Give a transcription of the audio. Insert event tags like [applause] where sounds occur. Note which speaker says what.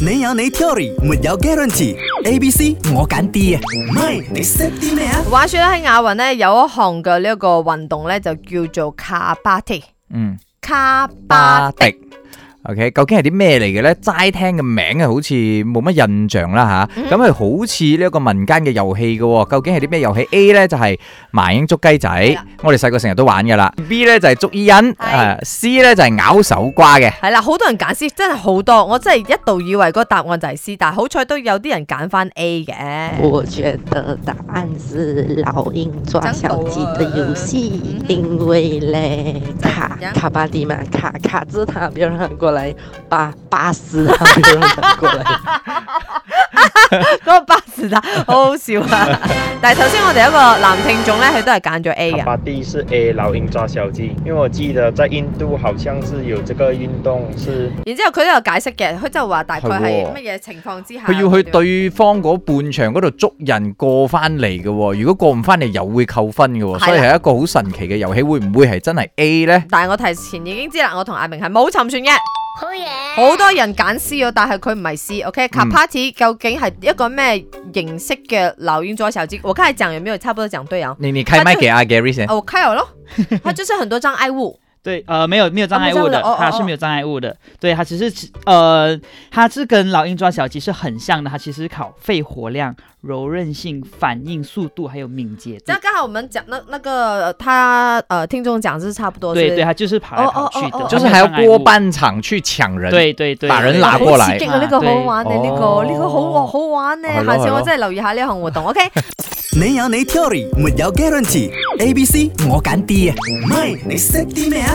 Speaker 1: 你有你 theory，沒有 guarantee。A、B、C 我揀 D 啊，唔係你識啲咩啊？
Speaker 2: 話說咧喺亞運咧有一項嘅呢一個運動咧就叫做卡巴迪。
Speaker 3: 嗯，
Speaker 2: 卡巴
Speaker 3: 巴迪。OK，究竟係啲咩嚟嘅咧？齋聽嘅名啊，好似冇乜印象啦吓。咁佢好似呢一個民間嘅遊戲嘅喎，究竟係啲咩遊戲？A 咧就係麻鷹捉雞
Speaker 2: 係
Speaker 3: 仔
Speaker 2: 啦，
Speaker 3: 我哋細個成日都玩噶啦。B 咧就係捉伊人，誒 C 咧就係咬手瓜嘅。
Speaker 2: 係啦，好多人揀 C，真係好多。我真係一度以為個答案就係 C，但係好彩都有啲人揀翻 A
Speaker 3: 哦
Speaker 2: 嘅。
Speaker 4: 我觉得答案是老鹰抓小鸡的游戏
Speaker 2: 张狗啊，
Speaker 4: 因为嘞卡
Speaker 2: 怎样
Speaker 4: 卡巴迪嘛，卡卡住他，不要让他过来，巴巴 [laughs] 死他，不要让他过来。
Speaker 2: 嗰個巴士塔好好笑啊！但係頭先我哋有一個男聽眾咧，佢都係揀咗 A
Speaker 5: 卡
Speaker 2: 嘅。
Speaker 5: 巴蒂是 A 老鹰抓小鸡，因为我记得在印度好像是有这个运动是
Speaker 2: 然之後佢都有解釋嘅，佢就話大概係
Speaker 3: 係喎
Speaker 2: 乜嘢情況之下，
Speaker 3: 佢要去對方嗰半場嗰度捉人過翻嚟嘅喎，如果過唔翻嚟又會扣分嘅
Speaker 2: 係啦
Speaker 3: 喎，所以係一個好神奇嘅遊戲，會唔會係真係 A 呢？
Speaker 2: 但係我提前已經知啦，我同阿明係冇沉船嘅。
Speaker 6: 好嘢，
Speaker 2: 好多人揀 C 咗，但係佢唔係 C。OK，卡
Speaker 3: 嗯
Speaker 2: party 究竟係一個咩形式嘅老鷹抓小雞？我剛才講有沒有差不多講對啊？
Speaker 3: 你你開麥給阿 Gary 先。
Speaker 2: 哦，我開有咯，它就是很多障礙物。
Speaker 7: 对，呃，没有没有障碍物
Speaker 2: 没有
Speaker 7: 的，
Speaker 2: 障碍物哦
Speaker 7: 它
Speaker 2: 哦哦
Speaker 7: 是没有障碍物的。对，它只是呃，它是跟老鹰抓小鸡是很像的，它其实是考肺活量、柔韧性、反应速度还有敏捷度
Speaker 2: 那。剛好我們講那那個他呃聽眾講是差不多，
Speaker 7: 对
Speaker 2: 是
Speaker 7: 对，它就是跑来跑去
Speaker 2: 哦哦哦哦
Speaker 7: 的，
Speaker 3: 就是还要过。半场去抢人。，
Speaker 7: 对对对，
Speaker 3: 把人
Speaker 7: 对
Speaker 3: 拿過來
Speaker 2: 好刺激啊！呢個好玩啊，呢個
Speaker 3: 哦
Speaker 2: 呢個好好玩啊！
Speaker 3: 係咯
Speaker 2: 下次
Speaker 3: 係
Speaker 2: 我
Speaker 3: 咯
Speaker 2: 真係留意下呢項活動。OK，
Speaker 1: 你有你 theory，沒有 guarantee。A、B、C 我揀 D 啊，唔係你識啲咩啊？